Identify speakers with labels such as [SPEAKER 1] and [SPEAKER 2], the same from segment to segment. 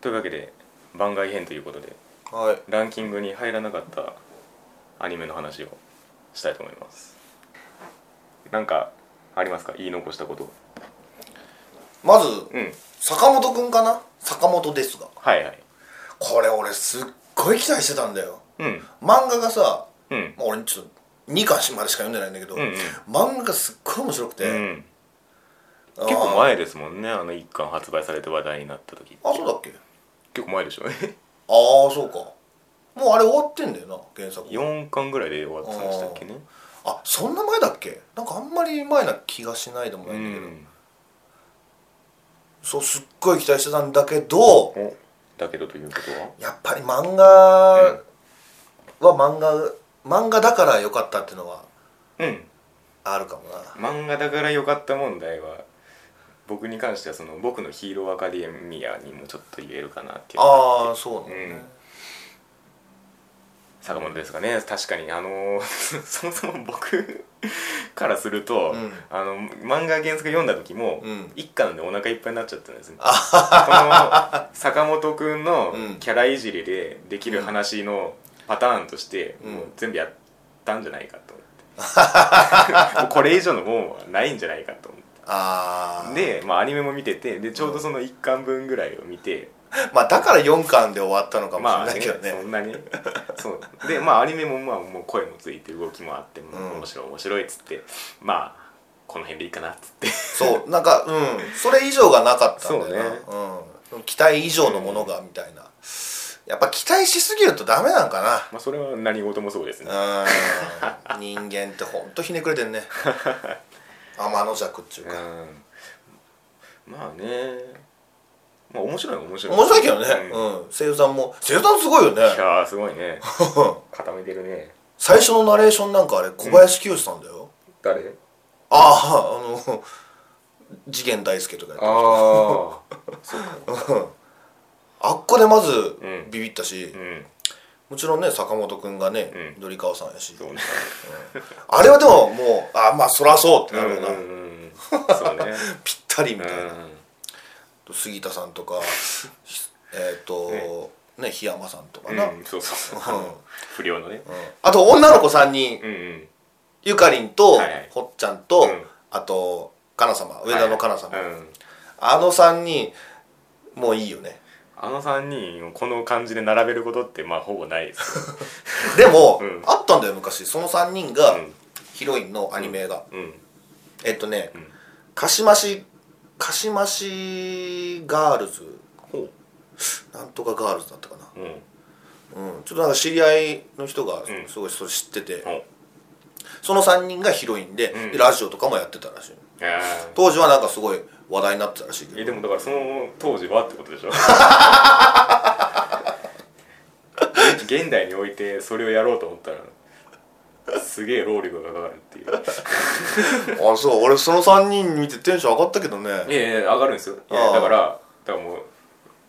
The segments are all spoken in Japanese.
[SPEAKER 1] というわけで番外編ということで
[SPEAKER 2] はい
[SPEAKER 1] ランキングに入らなかったアニメの話をしたいと思いますなんかありますか言い残したこと
[SPEAKER 2] まず
[SPEAKER 1] うん
[SPEAKER 2] 坂本くんかな坂本ですが
[SPEAKER 1] はいはい
[SPEAKER 2] これ俺すっごい期待してたんだよ
[SPEAKER 1] うん
[SPEAKER 2] 漫画がさ、
[SPEAKER 1] うん
[SPEAKER 2] まあ、俺ちょっと2巻までしか読んでないんだけど、
[SPEAKER 1] うんうん
[SPEAKER 2] 漫画がすっごい面白くて、
[SPEAKER 1] うん
[SPEAKER 2] あー
[SPEAKER 1] 結構前ですもんねあの一巻発売されて話題になった時
[SPEAKER 2] あそうだっけ
[SPEAKER 1] 結構前でしょ
[SPEAKER 2] ああそうかもうあれ終わってんだよな原作
[SPEAKER 1] 4巻ぐらいで終わってましたっけね
[SPEAKER 2] あそんな前だっけなんかあんまり前な気がしないでも
[SPEAKER 1] う
[SPEAKER 2] ないんだけど、
[SPEAKER 1] ん
[SPEAKER 2] そうすっごい期待してたんだけど
[SPEAKER 1] おだけどということは
[SPEAKER 2] やっぱり漫画は漫画、漫画だから良かったっていうのは
[SPEAKER 1] うん
[SPEAKER 2] あるかもな
[SPEAKER 1] 漫画だから良かった問題は僕に関してはその僕のヒーローアカデミアにもちょっと言えるかなっていう
[SPEAKER 2] ああそうなんだね、
[SPEAKER 1] うん坂本ですかね確かにあのー そもそも僕 からすると、
[SPEAKER 2] うん
[SPEAKER 1] あの漫画原作読んだ時も、
[SPEAKER 2] うん
[SPEAKER 1] 一巻でお腹いっぱいになっちゃったんですねその坂本くんの
[SPEAKER 2] うん
[SPEAKER 1] キャラいじりでできる話のパターンとして、
[SPEAKER 2] うん
[SPEAKER 1] もう全部やったんじゃないかと思 ってもうこれ以上のもんはないんじゃないかと思って
[SPEAKER 2] ああ
[SPEAKER 1] で、まあ、アニメも見ててでちょうどその1巻分ぐらいを見て、
[SPEAKER 2] まあだから4巻で終わったのかも
[SPEAKER 1] まあ
[SPEAKER 2] しれないけどね,、
[SPEAKER 1] そんなにそうでまあアニメもまあもう声もついて動きもあって、
[SPEAKER 2] ん
[SPEAKER 1] 面白い面白いっつってまあこの辺でいいかなっつって
[SPEAKER 2] そうなんかうんそれ以上がなかったんだよ
[SPEAKER 1] そうね
[SPEAKER 2] なうん、期待以上のものがみたいなやっぱ期待しすぎるとダメなんかな
[SPEAKER 1] まあそれは何事もそうですね
[SPEAKER 2] うん人間ってほんとひねくれてんね天の弱っていう
[SPEAKER 1] う
[SPEAKER 2] か、
[SPEAKER 1] んまあねまあ面白いは面白い
[SPEAKER 2] 面白いけどね、
[SPEAKER 1] うんい
[SPEAKER 2] うん、声優さんも声優さんすごいよね
[SPEAKER 1] やーすごいね固めてるね
[SPEAKER 2] 最初のナレーションなんかあれ小林清志さんだよ、
[SPEAKER 1] 誰
[SPEAKER 2] あああの次元大介とかやっ
[SPEAKER 1] あ
[SPEAKER 2] てる
[SPEAKER 1] あそうか
[SPEAKER 2] あっこでまず
[SPEAKER 1] うん
[SPEAKER 2] ビビったし、
[SPEAKER 1] うん
[SPEAKER 2] もちろんね坂本くんがね、
[SPEAKER 1] うん
[SPEAKER 2] ドリカワさんやし
[SPEAKER 1] そうね
[SPEAKER 2] あれはでももうあまあそらそうってなるよな、
[SPEAKER 1] うんうんうんそうね
[SPEAKER 2] ぴった りみ
[SPEAKER 1] う
[SPEAKER 2] たいな、
[SPEAKER 1] ん
[SPEAKER 2] 杉田さんとか えっ、とね檜山さんとかな、
[SPEAKER 1] うんそうそうそう
[SPEAKER 2] うん
[SPEAKER 1] 不良のね
[SPEAKER 2] あと女の子3人、
[SPEAKER 1] うんうん
[SPEAKER 2] ゆかりんと、
[SPEAKER 1] はいはい
[SPEAKER 2] ほっちゃんと、
[SPEAKER 1] うん
[SPEAKER 2] あとかな様上田のかな様、
[SPEAKER 1] はいはいうん
[SPEAKER 2] あの3人もういいよね
[SPEAKER 1] あの3人をこの感じで並べることってまあほぼないです よ
[SPEAKER 2] でも、
[SPEAKER 1] うん
[SPEAKER 2] あったんだよ昔その3人が、
[SPEAKER 1] うん
[SPEAKER 2] ヒロインのアニメが、
[SPEAKER 1] うん
[SPEAKER 2] えっとね、
[SPEAKER 1] ん
[SPEAKER 2] かしましかしましガールズ
[SPEAKER 1] ほ
[SPEAKER 2] なんとかガールズだったかな、
[SPEAKER 1] ううん
[SPEAKER 2] うん、ちょっとなんか知り合いの人が
[SPEAKER 1] ん
[SPEAKER 2] すごいそれ知ってて、
[SPEAKER 1] ほう
[SPEAKER 2] その3人がヒロインで,で、
[SPEAKER 1] うん
[SPEAKER 2] ラジオとかもやってたらしい
[SPEAKER 1] えー
[SPEAKER 2] 当時はなんかすごい話題になってたらしいけど
[SPEAKER 1] えでもだからその当時はってことでしょ 現代においてそれをやろうと思ったらすげえ労力がかかるっていう
[SPEAKER 2] あそう俺その3人見てテンション上がったけどね
[SPEAKER 1] いやいや上がるんですよいや
[SPEAKER 2] ああ
[SPEAKER 1] だからだからもう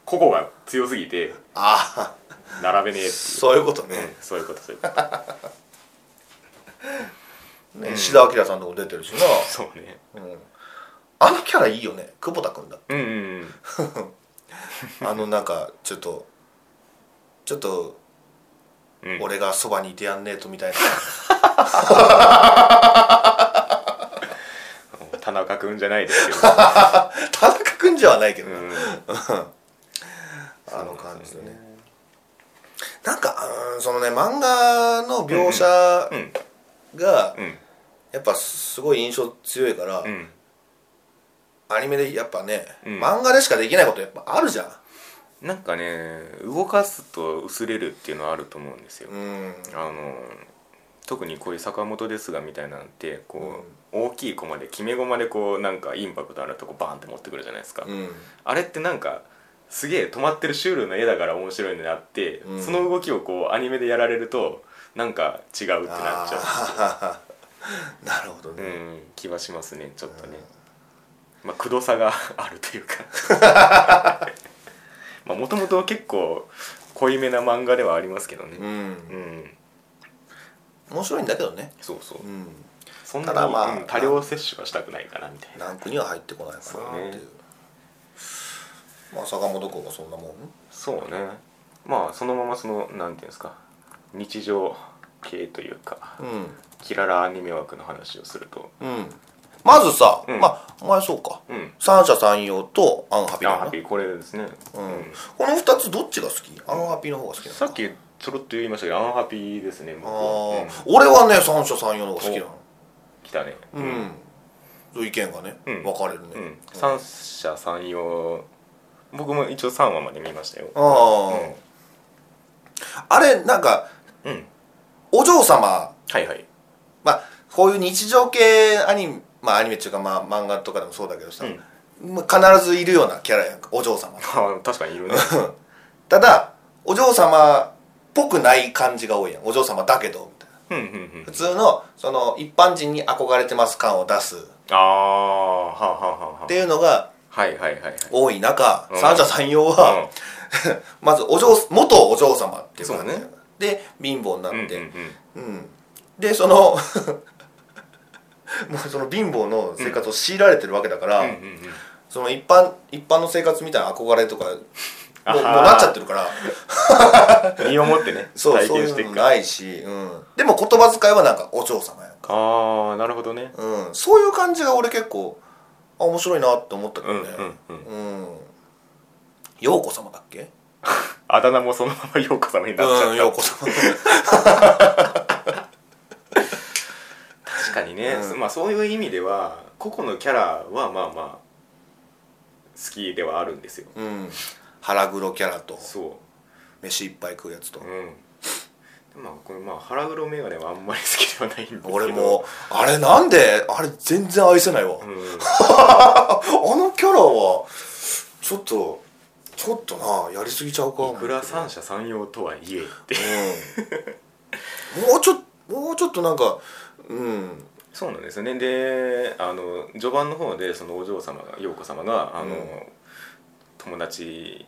[SPEAKER 1] 個々が強すぎて
[SPEAKER 2] ああ
[SPEAKER 1] 並べねえって
[SPEAKER 2] そういうこと
[SPEAKER 1] いう、
[SPEAKER 2] ね
[SPEAKER 1] うんそういうことそういうこと
[SPEAKER 2] ね志田明さんとかも出てるしな
[SPEAKER 1] そうね
[SPEAKER 2] あのキャラいいよね久保田君だ
[SPEAKER 1] うんうんうん
[SPEAKER 2] あのなんかちょっとちょっと
[SPEAKER 1] うん
[SPEAKER 2] 俺がそばにいてやんねえとみたいな
[SPEAKER 1] 田中君じゃないですけど
[SPEAKER 2] 田中君じゃはないけど、
[SPEAKER 1] うん
[SPEAKER 2] あの感じでねなんかうんそのね漫画の描写
[SPEAKER 1] うん
[SPEAKER 2] が
[SPEAKER 1] うん
[SPEAKER 2] やっぱすごい印象強いから、
[SPEAKER 1] うん
[SPEAKER 2] アニメでやっぱね、
[SPEAKER 1] うん
[SPEAKER 2] 漫画でしかできないことやっぱあるじゃん
[SPEAKER 1] なんかね動かすと薄れるっていうのはあると思うんですよ、
[SPEAKER 2] うん
[SPEAKER 1] あの特にこういう「坂本ですが」みたいなのってこう、大きい駒で決め駒でこうなんかインパクトあるとこバーンって持ってくるじゃないですか、
[SPEAKER 2] うん
[SPEAKER 1] あれってなんかすげえ止まってるシュールな絵だから面白いのであって、
[SPEAKER 2] うん
[SPEAKER 1] その動きをこうアニメでやられるとなんか違うってなっちゃ
[SPEAKER 2] あー なるほど
[SPEAKER 1] う、う
[SPEAKER 2] ね、
[SPEAKER 1] ん、気はしますねちょっとね、まあくどさが あるというか まあもともと結構濃いめな漫画ではありますけどね
[SPEAKER 2] うん
[SPEAKER 1] うん
[SPEAKER 2] 面白いんだけどね、
[SPEAKER 1] そうそう
[SPEAKER 2] うん、
[SPEAKER 1] そんな
[SPEAKER 2] ただ
[SPEAKER 1] に、
[SPEAKER 2] まあ
[SPEAKER 1] うん多量摂取はしたくないかなみたいな
[SPEAKER 2] ランクには入ってこないかな
[SPEAKER 1] そ
[SPEAKER 2] っ
[SPEAKER 1] うね
[SPEAKER 2] ていうまあ坂本君もそんなもん
[SPEAKER 1] そうねまあそのままそのなんていうんですか日常系というか
[SPEAKER 2] う
[SPEAKER 1] キララアニメ枠の話をすると
[SPEAKER 2] んうんまずさ、
[SPEAKER 1] うん
[SPEAKER 2] まあお前そうか
[SPEAKER 1] うん
[SPEAKER 2] 三者三様とアンハピ
[SPEAKER 1] あ
[SPEAKER 2] だな
[SPEAKER 1] ハッピーこれですね、う
[SPEAKER 2] うん、この二つどっちが好きアンハピの方が好きなの
[SPEAKER 1] さっきちょろっと言いましたけどアンハッピーですね僕
[SPEAKER 2] ああ
[SPEAKER 1] は、うん、
[SPEAKER 2] 俺はね三者三様の方が好きなの
[SPEAKER 1] 来たね
[SPEAKER 2] うん、そう意見がね、
[SPEAKER 1] うん
[SPEAKER 2] 分かれるね、
[SPEAKER 1] うん、三者三様僕も一応3話まで見ましたよ
[SPEAKER 2] ああ、あれなんか
[SPEAKER 1] うん、うん、
[SPEAKER 2] お嬢様
[SPEAKER 1] はいはい
[SPEAKER 2] まあこういう日常系アニメまあアニメっていうかまあ漫画とかでもそうだけどさ、まあ必ずいるようなキャラやんかお嬢 様
[SPEAKER 1] ああ確かに いるね
[SPEAKER 2] ただお嬢様っぽくない感じが多いやんお嬢様だけどみたい
[SPEAKER 1] う
[SPEAKER 2] な
[SPEAKER 1] んうんうん
[SPEAKER 2] 普通のその一般人に憧れてます感を出すっ
[SPEAKER 1] ああはあはあはあはあ
[SPEAKER 2] ていうのが
[SPEAKER 1] はいはいはいはい
[SPEAKER 2] 多い中、
[SPEAKER 1] うん
[SPEAKER 2] 三者三様は、まずお嬢元お嬢様っていうか
[SPEAKER 1] そうね
[SPEAKER 2] で貧乏にな
[SPEAKER 1] うん
[SPEAKER 2] って、
[SPEAKER 1] うんうんうん
[SPEAKER 2] うんでその もうその貧乏の生活を強いられてるわけだから、
[SPEAKER 1] うんうんうん
[SPEAKER 2] その一般一般の生活みたいな憧れとかもう
[SPEAKER 1] あは
[SPEAKER 2] もう
[SPEAKER 1] は
[SPEAKER 2] なっちゃってるから
[SPEAKER 1] 身をもってね
[SPEAKER 2] そう
[SPEAKER 1] 体
[SPEAKER 2] そう
[SPEAKER 1] 験
[SPEAKER 2] い
[SPEAKER 1] していうく
[SPEAKER 2] の
[SPEAKER 1] から
[SPEAKER 2] ないし、うん、でも言葉遣いはなんかお嬢様やんか、
[SPEAKER 1] ああなるほどね
[SPEAKER 2] うん、そういう感じが俺結構あ面白いなって思ったけ
[SPEAKER 1] う
[SPEAKER 2] ど
[SPEAKER 1] んうん
[SPEAKER 2] ね
[SPEAKER 1] うん
[SPEAKER 2] うん、陽子様だっけ
[SPEAKER 1] あだ名もそのまま陽子様になっちゃ
[SPEAKER 2] うん
[SPEAKER 1] っ
[SPEAKER 2] 陽子様
[SPEAKER 1] た確かにね
[SPEAKER 2] うん
[SPEAKER 1] まあそういう意味では個々のキャラはまあまあ好きではあるんですよ
[SPEAKER 2] うん腹黒キャラと
[SPEAKER 1] そ
[SPEAKER 2] 飯いっぱい食うやつと
[SPEAKER 1] ううんでまあこれまあ腹黒眼鏡はあんまり好きではないんですけど
[SPEAKER 2] 俺もあれなんであれ全然愛せないわ、
[SPEAKER 1] う
[SPEAKER 2] あ
[SPEAKER 1] ん
[SPEAKER 2] のキャラはちょっとちょっとなやりすぎちゃうか
[SPEAKER 1] いくら三者三様とはいえって
[SPEAKER 2] うん、もうちょっともうちょっとなんかうん
[SPEAKER 1] そうなんですよねであの序盤の方でそのお嬢様が陽子様があの、
[SPEAKER 2] うん
[SPEAKER 1] 友達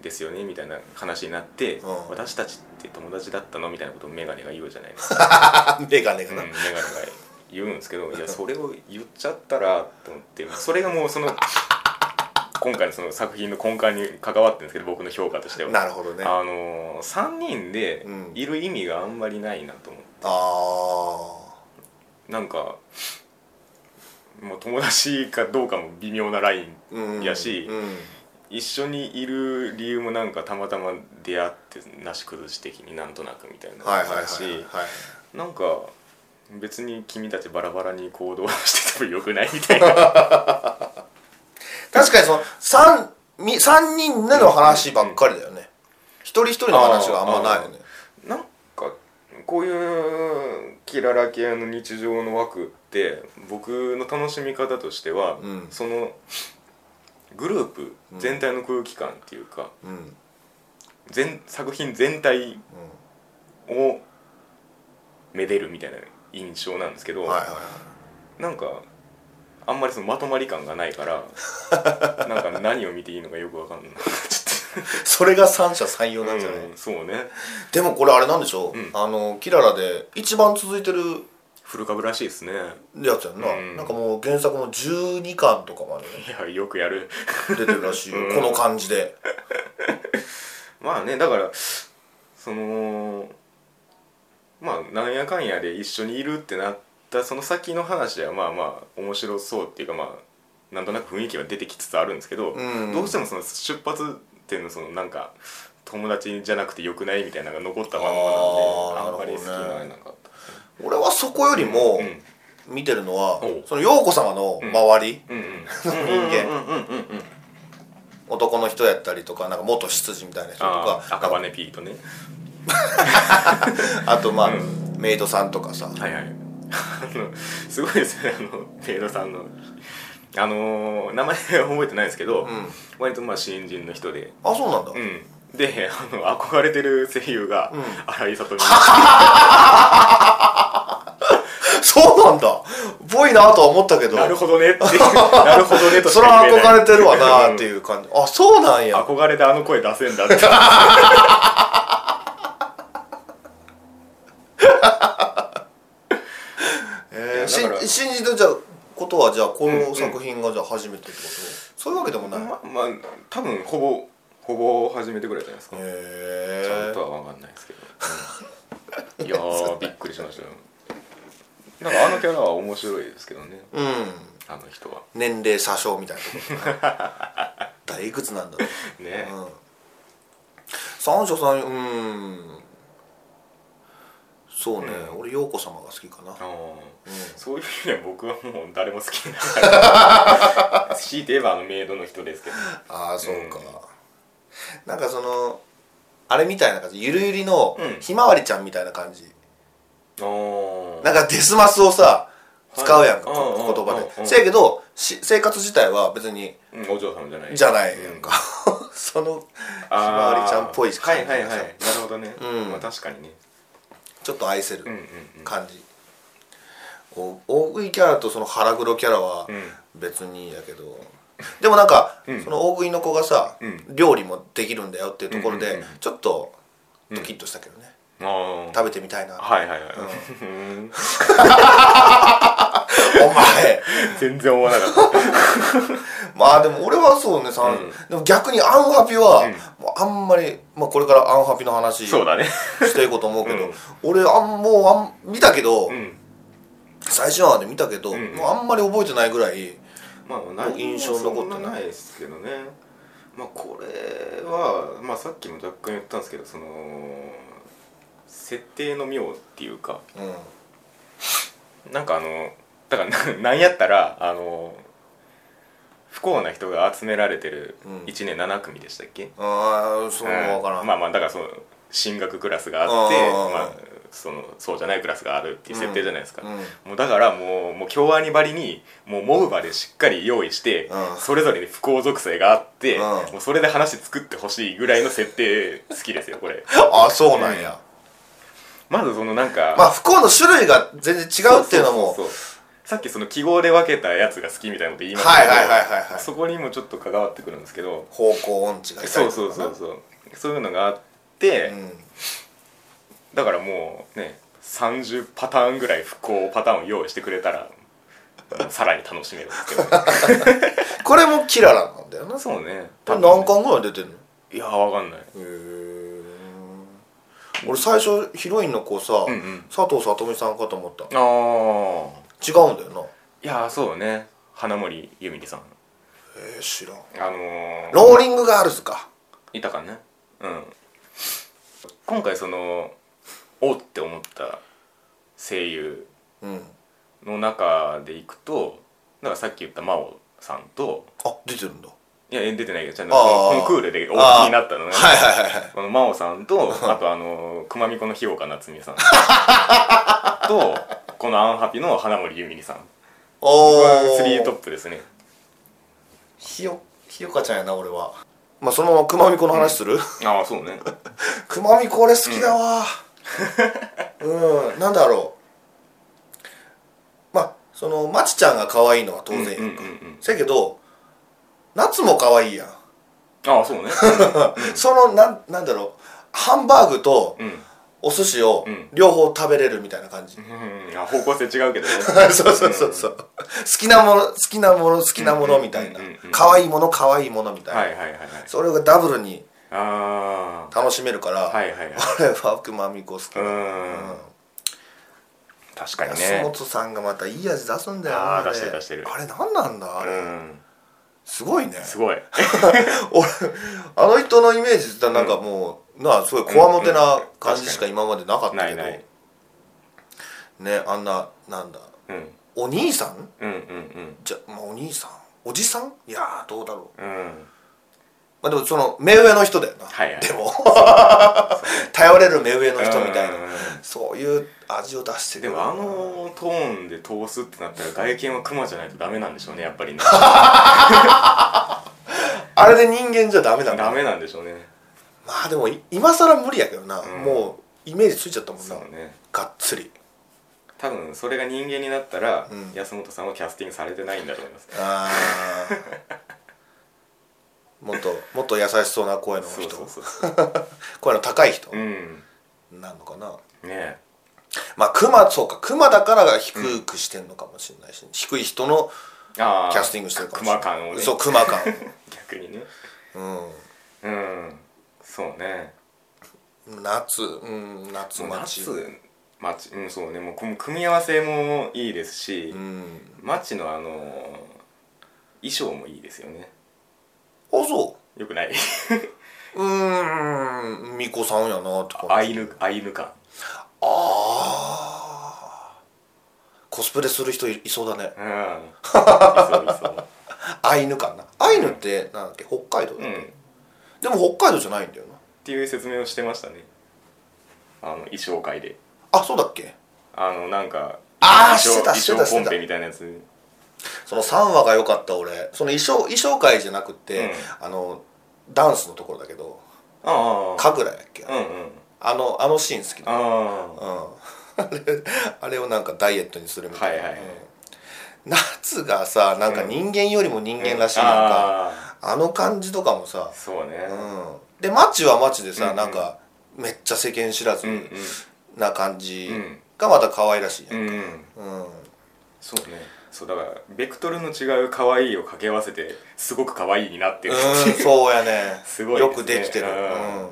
[SPEAKER 1] ですよねみたいな話になって、
[SPEAKER 2] うん
[SPEAKER 1] 私たちって友達だったのみたいなことをメガネが言うじゃないですか、
[SPEAKER 2] あメガネ
[SPEAKER 1] う
[SPEAKER 2] が
[SPEAKER 1] ん、
[SPEAKER 2] な、
[SPEAKER 1] メガネが言うんですけどいやそれを言っちゃったらと思ってそれがもうその今回のその作品の根幹に関わってるんですけど僕の評価としては。
[SPEAKER 2] なるほどねあ
[SPEAKER 1] あの3人でいる意味があんまりないなと思って。
[SPEAKER 2] あ
[SPEAKER 1] なんかもう友達かどうかも微妙なライン
[SPEAKER 2] ーうん
[SPEAKER 1] やし
[SPEAKER 2] うん
[SPEAKER 1] 一緒にいる理由もなんかたまたま出会ってなし崩し的になんとなくみたいな
[SPEAKER 2] はいはいはい
[SPEAKER 1] 感
[SPEAKER 2] は
[SPEAKER 1] じだし、
[SPEAKER 2] い
[SPEAKER 1] なんか別に君たちバラバラに行動しててもよくないみたいな
[SPEAKER 2] 確かにその三み三人での話ばっかりだよね、一人一人の話があんまないよね
[SPEAKER 1] なんかこういうキララ系の日常の枠って僕の楽しみ方としては、
[SPEAKER 2] うん
[SPEAKER 1] そのグループ全体の空気感っていうか、
[SPEAKER 2] うん
[SPEAKER 1] 全作品全体をめでるみたいな印象なんですけど、
[SPEAKER 2] うんはいはいはい
[SPEAKER 1] なんかあんまりそのまとまり感がないから なんか何を見ていいのかよくわかんない
[SPEAKER 2] それが三者三様なんじゃない、
[SPEAKER 1] うん、そうね
[SPEAKER 2] でもこれあれなんでしょう、
[SPEAKER 1] うん
[SPEAKER 2] あのキララで一番続いてる
[SPEAKER 1] 古株らしいですね
[SPEAKER 2] やつやんな、
[SPEAKER 1] うん
[SPEAKER 2] なんかもう原作の12巻とかまでね
[SPEAKER 1] いやよくやる
[SPEAKER 2] 出てるらしいよ、
[SPEAKER 1] うん
[SPEAKER 2] この感じで
[SPEAKER 1] まあねだからそのまあなんやかんやで一緒にいるってなったその先の話ではまあまあ面白そうっていうかまあなんとなく雰囲気は出てきつつあるんですけど、
[SPEAKER 2] うん
[SPEAKER 1] どうしてもその出発点のそのなんか友達じゃなくてよくないみたいなのが残ったまんま
[SPEAKER 2] あー
[SPEAKER 1] なんであんまり好き
[SPEAKER 2] なるほどね
[SPEAKER 1] ななんか
[SPEAKER 2] 俺はそこよりも
[SPEAKER 1] うん
[SPEAKER 2] 見てるのは、
[SPEAKER 1] おう
[SPEAKER 2] その陽子様の周り、
[SPEAKER 1] うんうん 人う
[SPEAKER 2] 間
[SPEAKER 1] んうんうんうん
[SPEAKER 2] 男の人やったりとかなんか元執事みたいな人と
[SPEAKER 1] あ
[SPEAKER 2] か
[SPEAKER 1] ー赤羽ピーとね
[SPEAKER 2] あとまあ、
[SPEAKER 1] う
[SPEAKER 2] メイドさんとかさ、
[SPEAKER 1] はいはいあのすごいですねあのペイドさんのあのー名前覚えてないですけど、
[SPEAKER 2] うん、
[SPEAKER 1] 割とまあ新人の人で
[SPEAKER 2] あそうなんだ、
[SPEAKER 1] うんであの憧れてる声優が
[SPEAKER 2] うん
[SPEAKER 1] 荒井 里美
[SPEAKER 2] そうなんだぽいなとは思ったけど
[SPEAKER 1] なるほどねって いうなるほどねとし
[SPEAKER 2] それ
[SPEAKER 1] か
[SPEAKER 2] は
[SPEAKER 1] 言えない
[SPEAKER 2] 憧れてるわなーっていう感じ、あそうなんや
[SPEAKER 1] 憧れであの声出せんだって
[SPEAKER 2] えー
[SPEAKER 1] いやだから
[SPEAKER 2] し新人とじゃあことはじゃあこの作品がじゃあ初めてってこと、そういうわけでもな い、
[SPEAKER 1] まあまあ多分ほぼほぼ初めてぐらいじゃないですか、ちゃ
[SPEAKER 2] へ
[SPEAKER 1] ん
[SPEAKER 2] え
[SPEAKER 1] とは分かんないですけどいやーびっくりしましたよ なんかあのキャラは面白いですけどね
[SPEAKER 2] うん
[SPEAKER 1] あの人は
[SPEAKER 2] 年齢詐称みたいなことだな だいくつなんだろ
[SPEAKER 1] ね、
[SPEAKER 2] う、うん、三者三様うんそうね、俺陽子様が好きかな、
[SPEAKER 1] あの
[SPEAKER 2] う
[SPEAKER 1] そういう意味では僕はもう誰も好きになら ない強いて言えばあのメイドの人ですけど
[SPEAKER 2] ああそう
[SPEAKER 1] う
[SPEAKER 2] か、
[SPEAKER 1] ん
[SPEAKER 2] なんかそのあれみたいな感じゆるゆりの
[SPEAKER 1] うん
[SPEAKER 2] ひまわりちゃんみたいな感じ、
[SPEAKER 1] あ
[SPEAKER 2] なんかデスマスをさ使うやんか、
[SPEAKER 1] うん
[SPEAKER 2] こ
[SPEAKER 1] うん
[SPEAKER 2] 言葉
[SPEAKER 1] うんうん
[SPEAKER 2] でせやけどし生活自体は別に
[SPEAKER 1] あ、うん、お嬢様じゃない
[SPEAKER 2] じゃないやんか、その
[SPEAKER 1] ひ
[SPEAKER 2] ひまわりちゃんっぽい
[SPEAKER 1] は
[SPEAKER 2] 感
[SPEAKER 1] い
[SPEAKER 2] じ
[SPEAKER 1] はいはいなるほどね、
[SPEAKER 2] うん
[SPEAKER 1] まあ、確かにね
[SPEAKER 2] ちょっと愛せる
[SPEAKER 1] うんうんうん
[SPEAKER 2] 感じ、お大食いキャラとその腹黒キャラは
[SPEAKER 1] うん
[SPEAKER 2] 別にやけど、でもなんか、
[SPEAKER 1] うん
[SPEAKER 2] その大食いの子がさ、
[SPEAKER 1] うん
[SPEAKER 2] 料理もできるんだよっていうところで、
[SPEAKER 1] うんうんうん
[SPEAKER 2] ちょっとドキッとしたけどね、
[SPEAKER 1] ああ
[SPEAKER 2] 食べてみたいな
[SPEAKER 1] はいはいはい、うん、
[SPEAKER 2] お前
[SPEAKER 1] 全然思わなか った
[SPEAKER 2] まあでも俺はそうね、さん
[SPEAKER 1] うん
[SPEAKER 2] でも逆にアンハピは、
[SPEAKER 1] うん
[SPEAKER 2] もうあんまり、まあ、これからアンハピの話
[SPEAKER 1] そう
[SPEAKER 2] し
[SPEAKER 1] だね
[SPEAKER 2] ていこうと思うけど、
[SPEAKER 1] うん
[SPEAKER 2] 俺あんもうあん見たけど、
[SPEAKER 1] うん
[SPEAKER 2] 最初はで見たけど、
[SPEAKER 1] うん
[SPEAKER 2] もうあんまり覚えてないぐらい
[SPEAKER 1] まあ何も
[SPEAKER 2] 印象残ってない
[SPEAKER 1] そんなないですけどねまあこれは、まあ、さっきも若干言ったんですけどその設定の妙っていうか
[SPEAKER 2] うん
[SPEAKER 1] なんかあのだから ななんやったらあの不幸な人が集められてる
[SPEAKER 2] うん
[SPEAKER 1] 1年7組でしたっけ、
[SPEAKER 2] ああそう
[SPEAKER 1] うん
[SPEAKER 2] 分からん、
[SPEAKER 1] まあまあだからその進学クラスがあって
[SPEAKER 2] あー
[SPEAKER 1] まあ、そのそうじゃないクラスがあるっていう設定じゃないですか、
[SPEAKER 2] うんうん
[SPEAKER 1] もうだからもうもう京アニばりにもうモブバでしっかり用意して、
[SPEAKER 2] うん
[SPEAKER 1] それぞれに不幸属性があって、
[SPEAKER 2] うん
[SPEAKER 1] もうそれで話作ってほしいぐらいの設定好きですよこ れ
[SPEAKER 2] ああそうなんや、
[SPEAKER 1] まずそのなんか、
[SPEAKER 2] まあ不幸の種類が全然違うっていうのも
[SPEAKER 1] そうそうそうさっきその記号で分けたやつが好きみたいなこと言いましたけど、
[SPEAKER 2] はいはいはいはいはい
[SPEAKER 1] そこにもちょっと関わってくるんですけど
[SPEAKER 2] 方向音痴がいた
[SPEAKER 1] そ
[SPEAKER 2] り
[SPEAKER 1] うそう
[SPEAKER 2] とか
[SPEAKER 1] そ
[SPEAKER 2] な
[SPEAKER 1] うそうそういうのがあって、
[SPEAKER 2] うん
[SPEAKER 1] だからもうね30パターンぐらい不幸パターンを用意してくれたらさらに楽しめるんですけ ど
[SPEAKER 2] これもキララなんだよな
[SPEAKER 1] そうね
[SPEAKER 2] これ何巻ぐらい出てんの
[SPEAKER 1] いやわかんない
[SPEAKER 2] へー俺最初ヒロインの子さ、
[SPEAKER 1] うんうん
[SPEAKER 2] 佐藤さとみさんかと思った
[SPEAKER 1] ああ
[SPEAKER 2] 違うんだよな
[SPEAKER 1] ーいやそうね花森由美里さん
[SPEAKER 2] えー、知らん
[SPEAKER 1] あのー、
[SPEAKER 2] ローリングガールズか
[SPEAKER 1] いたかねうん今回そのおって思った声優
[SPEAKER 2] うん
[SPEAKER 1] の中でいくとだからさっき言った真央さんと
[SPEAKER 2] あ出てるんだ
[SPEAKER 1] いや出てないけどちゃんと
[SPEAKER 2] あ
[SPEAKER 1] コ
[SPEAKER 2] ー
[SPEAKER 1] ンクールでお
[SPEAKER 2] あー
[SPEAKER 1] 気になったのね
[SPEAKER 2] はいはいはいはい
[SPEAKER 1] この真央さんとあとあの熊みこの日岡夏美さ んとこのアンハピの花森ゆみりさんこれ
[SPEAKER 2] お
[SPEAKER 1] は
[SPEAKER 2] お
[SPEAKER 1] スリートップですね
[SPEAKER 2] ひよひよかちゃんやな俺はまあそのままくまみこの話する、
[SPEAKER 1] ああそうね
[SPEAKER 2] くまみこ俺好きだわうん、なんだろうまあそのまちちゃんが可愛いのは当
[SPEAKER 1] うんうん
[SPEAKER 2] 然
[SPEAKER 1] うん
[SPEAKER 2] や
[SPEAKER 1] うんん
[SPEAKER 2] か、せやけど夏も可愛いやん
[SPEAKER 1] ああそうね
[SPEAKER 2] そのなんなんだろうハンバーグと
[SPEAKER 1] うん
[SPEAKER 2] お寿司を
[SPEAKER 1] うん
[SPEAKER 2] 両方食べれるみたいな感じ、
[SPEAKER 1] うんうんあ方向性違うけどね
[SPEAKER 2] そうそうそうそう好きなもの好きなもの好きなものみたいな
[SPEAKER 1] うんうんうんうん
[SPEAKER 2] 可愛いもの可愛いものみたいな、
[SPEAKER 1] はいはいはいはい
[SPEAKER 2] それがダブルに
[SPEAKER 1] あ
[SPEAKER 2] 楽しめるから、
[SPEAKER 1] あはいはいはい
[SPEAKER 2] 俺はくまみこ好き
[SPEAKER 1] う
[SPEAKER 2] だ、
[SPEAKER 1] ーん確かに
[SPEAKER 2] 安
[SPEAKER 1] ね
[SPEAKER 2] 本さんがまたいい味出すんだよ
[SPEAKER 1] あー
[SPEAKER 2] れ
[SPEAKER 1] 出してる出してる
[SPEAKER 2] あれ何なんだあ
[SPEAKER 1] う
[SPEAKER 2] れ、
[SPEAKER 1] ん
[SPEAKER 2] すごいね
[SPEAKER 1] すごい
[SPEAKER 2] 俺あの人のイメージってなんかもう、なあすごいこわもてな感じしか今までなかった
[SPEAKER 1] な
[SPEAKER 2] け
[SPEAKER 1] い
[SPEAKER 2] ど、
[SPEAKER 1] ない
[SPEAKER 2] ねあんななんだ
[SPEAKER 1] うん
[SPEAKER 2] お兄さん
[SPEAKER 1] うんうん
[SPEAKER 2] じゃ、まあ、お兄さんおじさんいやーどうだろう
[SPEAKER 1] うんうん
[SPEAKER 2] まあでもその目上の人だよな、
[SPEAKER 1] はいはい
[SPEAKER 2] で も頼れる目上の人みたいな
[SPEAKER 1] うんうんうん
[SPEAKER 2] そういう味を出して
[SPEAKER 1] で
[SPEAKER 2] る
[SPEAKER 1] もあのトーンで通すってなったら外見はクマじゃないとダメなんでしょうねやっぱりね
[SPEAKER 2] あれで人間じゃダメなんだ
[SPEAKER 1] ダメなんでしょうね
[SPEAKER 2] まあでもい今更無理やけどな、
[SPEAKER 1] ん
[SPEAKER 2] もうイメージついちゃったもんな
[SPEAKER 1] そうね
[SPEAKER 2] がっつり
[SPEAKER 1] 多分それが人間になったら、
[SPEAKER 2] うん
[SPEAKER 1] 安本さんはキャスティングされてないんだと思います
[SPEAKER 2] あー もっともっと優しそうな声の人
[SPEAKER 1] そうそうそうそう
[SPEAKER 2] 声の高い人
[SPEAKER 1] うん
[SPEAKER 2] なのかな、
[SPEAKER 1] ね
[SPEAKER 2] まあ熊そうか熊だから低くしてんのかもしれないし、低い人の
[SPEAKER 1] ああ
[SPEAKER 2] キャスティングしてるかもしれない
[SPEAKER 1] 熊感をね
[SPEAKER 2] そう 熊感
[SPEAKER 1] 逆にね
[SPEAKER 2] を、
[SPEAKER 1] うんそうね
[SPEAKER 2] うん、夏、うん、夏
[SPEAKER 1] もう
[SPEAKER 2] 待ち
[SPEAKER 1] 夏町うんそうねもうこの組み合わせもいいですし、
[SPEAKER 2] うん
[SPEAKER 1] 街のあのー衣装もいいですよね
[SPEAKER 2] あそ
[SPEAKER 1] よくない
[SPEAKER 2] ううーん巫女さんやなって
[SPEAKER 1] ア
[SPEAKER 2] 感じ
[SPEAKER 1] イヌアイヌ感
[SPEAKER 2] あーコスプレする人いいそうだね
[SPEAKER 1] うんいそういそう
[SPEAKER 2] アイヌかなアイヌってなんだっけ北海道だ
[SPEAKER 1] う
[SPEAKER 2] っけ、
[SPEAKER 1] んっ
[SPEAKER 2] でも北海道じゃないんだよな
[SPEAKER 1] ていう説明をしてましたねあの衣装会で
[SPEAKER 2] あそうだっけ
[SPEAKER 1] あのなんか
[SPEAKER 2] あ
[SPEAKER 1] 衣
[SPEAKER 2] ーして
[SPEAKER 1] 装
[SPEAKER 2] たしてた
[SPEAKER 1] 衣装コ
[SPEAKER 2] して
[SPEAKER 1] ン
[SPEAKER 2] た
[SPEAKER 1] ペみたいなやつ
[SPEAKER 2] その3話が良かった俺その衣装衣装会じゃなくて、あのダンスのところだけど
[SPEAKER 1] ああ
[SPEAKER 2] 神楽やっけ、
[SPEAKER 1] うんうん
[SPEAKER 2] あのあのシーン好きだ
[SPEAKER 1] あ
[SPEAKER 2] うん あれあれをなんかダイエットにするみたいな、
[SPEAKER 1] はいはいはい
[SPEAKER 2] うん夏がさなんか人間よりも人
[SPEAKER 1] あ
[SPEAKER 2] 間らしいなんか、
[SPEAKER 1] あ
[SPEAKER 2] あの感じとかもさ
[SPEAKER 1] あ、そうね
[SPEAKER 2] うん、でマッチはマッチでさ、
[SPEAKER 1] うんうん
[SPEAKER 2] なんかめっちゃ世間知らず
[SPEAKER 1] うん
[SPEAKER 2] な感じ
[SPEAKER 1] うん
[SPEAKER 2] がまた可愛らしいや、
[SPEAKER 1] うんんうん
[SPEAKER 2] うん
[SPEAKER 1] そうねそうだからベクトルの違う可愛いを掛け合わせてすごく可愛いになって
[SPEAKER 2] う
[SPEAKER 1] る
[SPEAKER 2] ん、そうやね
[SPEAKER 1] すごいですね
[SPEAKER 2] よくできてる、
[SPEAKER 1] うん
[SPEAKER 2] うん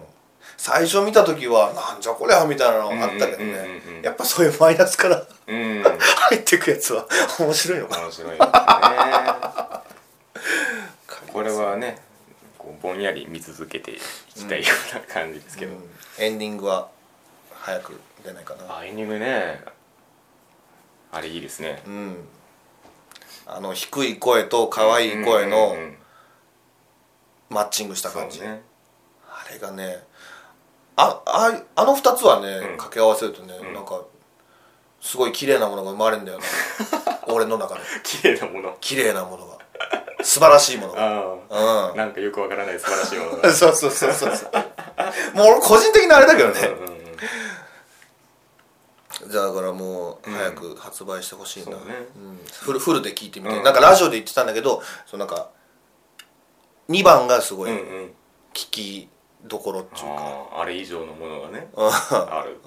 [SPEAKER 2] 最初見た時はなんじゃこりゃみたいなのあったけ
[SPEAKER 1] う
[SPEAKER 2] ど
[SPEAKER 1] んうん
[SPEAKER 2] ね
[SPEAKER 1] うんうん
[SPEAKER 2] やっぱそういうマイナスから
[SPEAKER 1] うん面
[SPEAKER 2] 入ってくやつは 面白いのかな
[SPEAKER 1] 白いですねこれはねこうぼんやり見続けていきたいような感じですけど、
[SPEAKER 2] うんエンディングは早く出ないかな
[SPEAKER 1] アイニングねあれいいですね
[SPEAKER 2] うんあの低い声と可愛い声
[SPEAKER 1] う
[SPEAKER 2] の
[SPEAKER 1] んうんうん
[SPEAKER 2] マッチングした
[SPEAKER 1] そう
[SPEAKER 2] 感じ、
[SPEAKER 1] ね
[SPEAKER 2] あれがねあああの2つはね、掛け合わせるとね、なんかすごい綺麗なものが生まれるんだ よな俺の中で
[SPEAKER 1] 綺麗なもの
[SPEAKER 2] 綺麗なものが素晴らしいものが
[SPEAKER 1] ああ
[SPEAKER 2] うん
[SPEAKER 1] なんかよくわからない素晴らしいもの が
[SPEAKER 2] そうそうそうそうそうもう俺個人的なあれだけどね
[SPEAKER 1] うんうんうん
[SPEAKER 2] じゃあだからもう早く発売してほしいな、
[SPEAKER 1] そうね
[SPEAKER 2] うんフルフルで聞いてみて、
[SPEAKER 1] うん
[SPEAKER 2] なんかラジオで言ってたんだけどそのなんか2番がすごい
[SPEAKER 1] うん
[SPEAKER 2] 聞
[SPEAKER 1] うん
[SPEAKER 2] きどころっていうか、
[SPEAKER 1] あああれ以上のものがね
[SPEAKER 2] うん
[SPEAKER 1] ある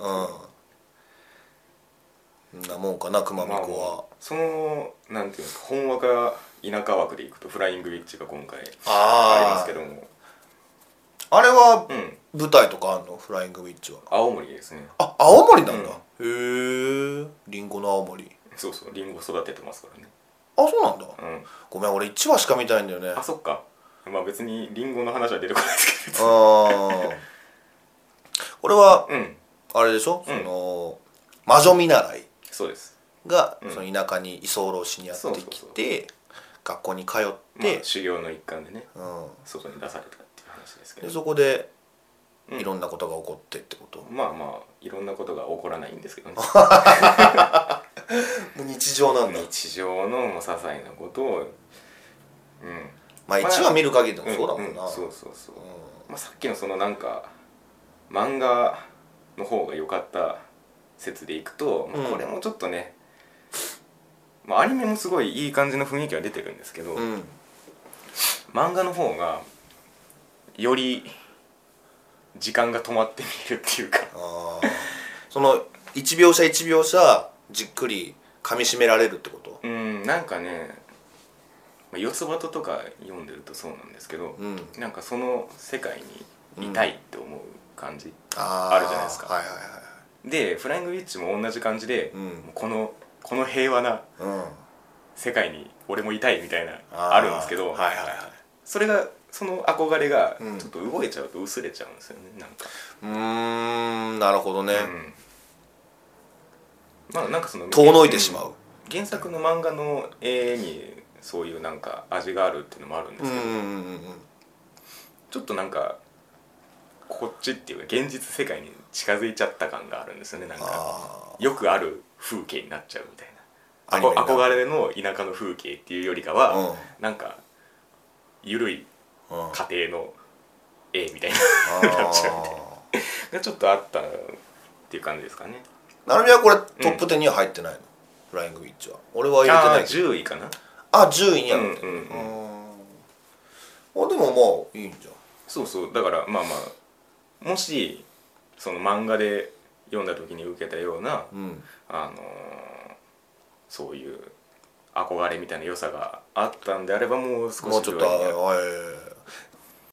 [SPEAKER 2] うんんなもんかな熊
[SPEAKER 1] まあ
[SPEAKER 2] 美子は、
[SPEAKER 1] そのなんていうんですか本話から田舎枠でいくとフライングウィッチが今回ありま
[SPEAKER 2] あ
[SPEAKER 1] すけ
[SPEAKER 2] ー
[SPEAKER 1] ども
[SPEAKER 2] あれは
[SPEAKER 1] うん
[SPEAKER 2] 舞台とかあんのフライングウィッチは
[SPEAKER 1] 青森ですね
[SPEAKER 2] あ青森なんだ、へえりんごの青森
[SPEAKER 1] そうそうリンゴ育ててますからね
[SPEAKER 2] あそうなんだ
[SPEAKER 1] うん
[SPEAKER 2] ごめん俺1話しか見たいんだよね
[SPEAKER 1] あそっかまあ別にリンゴの話は出てこないですけど
[SPEAKER 2] ああこれは
[SPEAKER 1] うん
[SPEAKER 2] あれでしょ、
[SPEAKER 1] うん
[SPEAKER 2] その魔女見習い
[SPEAKER 1] そうです
[SPEAKER 2] が、
[SPEAKER 1] うん
[SPEAKER 2] その田舎に居候しにやってきて
[SPEAKER 1] そうそう
[SPEAKER 2] 学校に通っ
[SPEAKER 1] まあ
[SPEAKER 2] て、
[SPEAKER 1] 修行の一環でね
[SPEAKER 2] うん、
[SPEAKER 1] 外に出されたっていう話ですけ
[SPEAKER 2] で
[SPEAKER 1] ど
[SPEAKER 2] そこで
[SPEAKER 1] うん
[SPEAKER 2] いろんなことが起こってってこと、
[SPEAKER 1] まあまあいろんなことが起こらないんですけど ね
[SPEAKER 2] もう日常なんだ、
[SPEAKER 1] 日常のもう些細なことをうん
[SPEAKER 2] まあ1話見る限りでもそうだもんな、
[SPEAKER 1] うんそうそうそう
[SPEAKER 2] うん
[SPEAKER 1] まあ、さっきのそのなんか漫画の方が良かった説でいくと、まあ
[SPEAKER 2] うん
[SPEAKER 1] これもちょっとね、まあ、アニメもすごいいい感じの雰囲気は出てるんですけど、
[SPEAKER 2] うん、
[SPEAKER 1] 漫画の方がより時間が止まって見えるっていうか
[SPEAKER 2] あーその1秒差1秒差じっくり噛みしめられるってこと
[SPEAKER 1] うんなんかね、まあ、四つ葉ととか読んでるとそうなんですけど、
[SPEAKER 2] うん
[SPEAKER 1] なんかその世界にいたいって思う感じ、
[SPEAKER 2] あー
[SPEAKER 1] あるじゃないですか
[SPEAKER 2] はいは
[SPEAKER 1] で「フライングウィッチ」も同じ感じで、
[SPEAKER 2] うん
[SPEAKER 1] もうこのこの平和ない
[SPEAKER 2] はいはいうん
[SPEAKER 1] 世界に俺もいたいみたいな
[SPEAKER 2] ー
[SPEAKER 1] あるんですけど、
[SPEAKER 2] はいはいはい
[SPEAKER 1] それがその憧れが
[SPEAKER 2] うん
[SPEAKER 1] ちょっと動いちゃうと薄れちゃうんですよねなんか、
[SPEAKER 2] うーんなるほどね、
[SPEAKER 1] うんまあなんかその
[SPEAKER 2] 遠のいてしまう
[SPEAKER 1] 原作の漫画の絵にそういうなんか味があるっていうのもあるんで
[SPEAKER 2] うん
[SPEAKER 1] す
[SPEAKER 2] う
[SPEAKER 1] けど、
[SPEAKER 2] んうんうん
[SPEAKER 1] ちょっとなんかこっちっていうか現実世界に近づいちゃった感があるんですよねなんか
[SPEAKER 2] あ
[SPEAKER 1] よくある風景になっちゃうみたいな
[SPEAKER 2] あ
[SPEAKER 1] あこ憧れの田舎の風景っていうよりかは、なんか緩い
[SPEAKER 2] うん
[SPEAKER 1] 家庭の絵みたい
[SPEAKER 2] あ
[SPEAKER 1] な なっちゃうみたい
[SPEAKER 2] ー
[SPEAKER 1] ながちょっとあったっていう感じですかね
[SPEAKER 2] なるみはこれトップ10には入ってないの、フライングウィッチは俺は入れて
[SPEAKER 1] あ
[SPEAKER 2] な
[SPEAKER 1] あ
[SPEAKER 2] いけど
[SPEAKER 1] 10位かな
[SPEAKER 2] あ10位にあ
[SPEAKER 1] う
[SPEAKER 2] る
[SPEAKER 1] ん
[SPEAKER 2] んだ
[SPEAKER 1] うん、
[SPEAKER 2] う
[SPEAKER 1] うん、
[SPEAKER 2] んあでもまあいいんじゃん
[SPEAKER 1] そうそうだからまあまあもしその漫画で読んだ時に受けたような、
[SPEAKER 2] うん
[SPEAKER 1] あのーそういう憧れみたいな良さがあったんであればもう少し
[SPEAKER 2] もうちょっと
[SPEAKER 1] 上にや
[SPEAKER 2] はい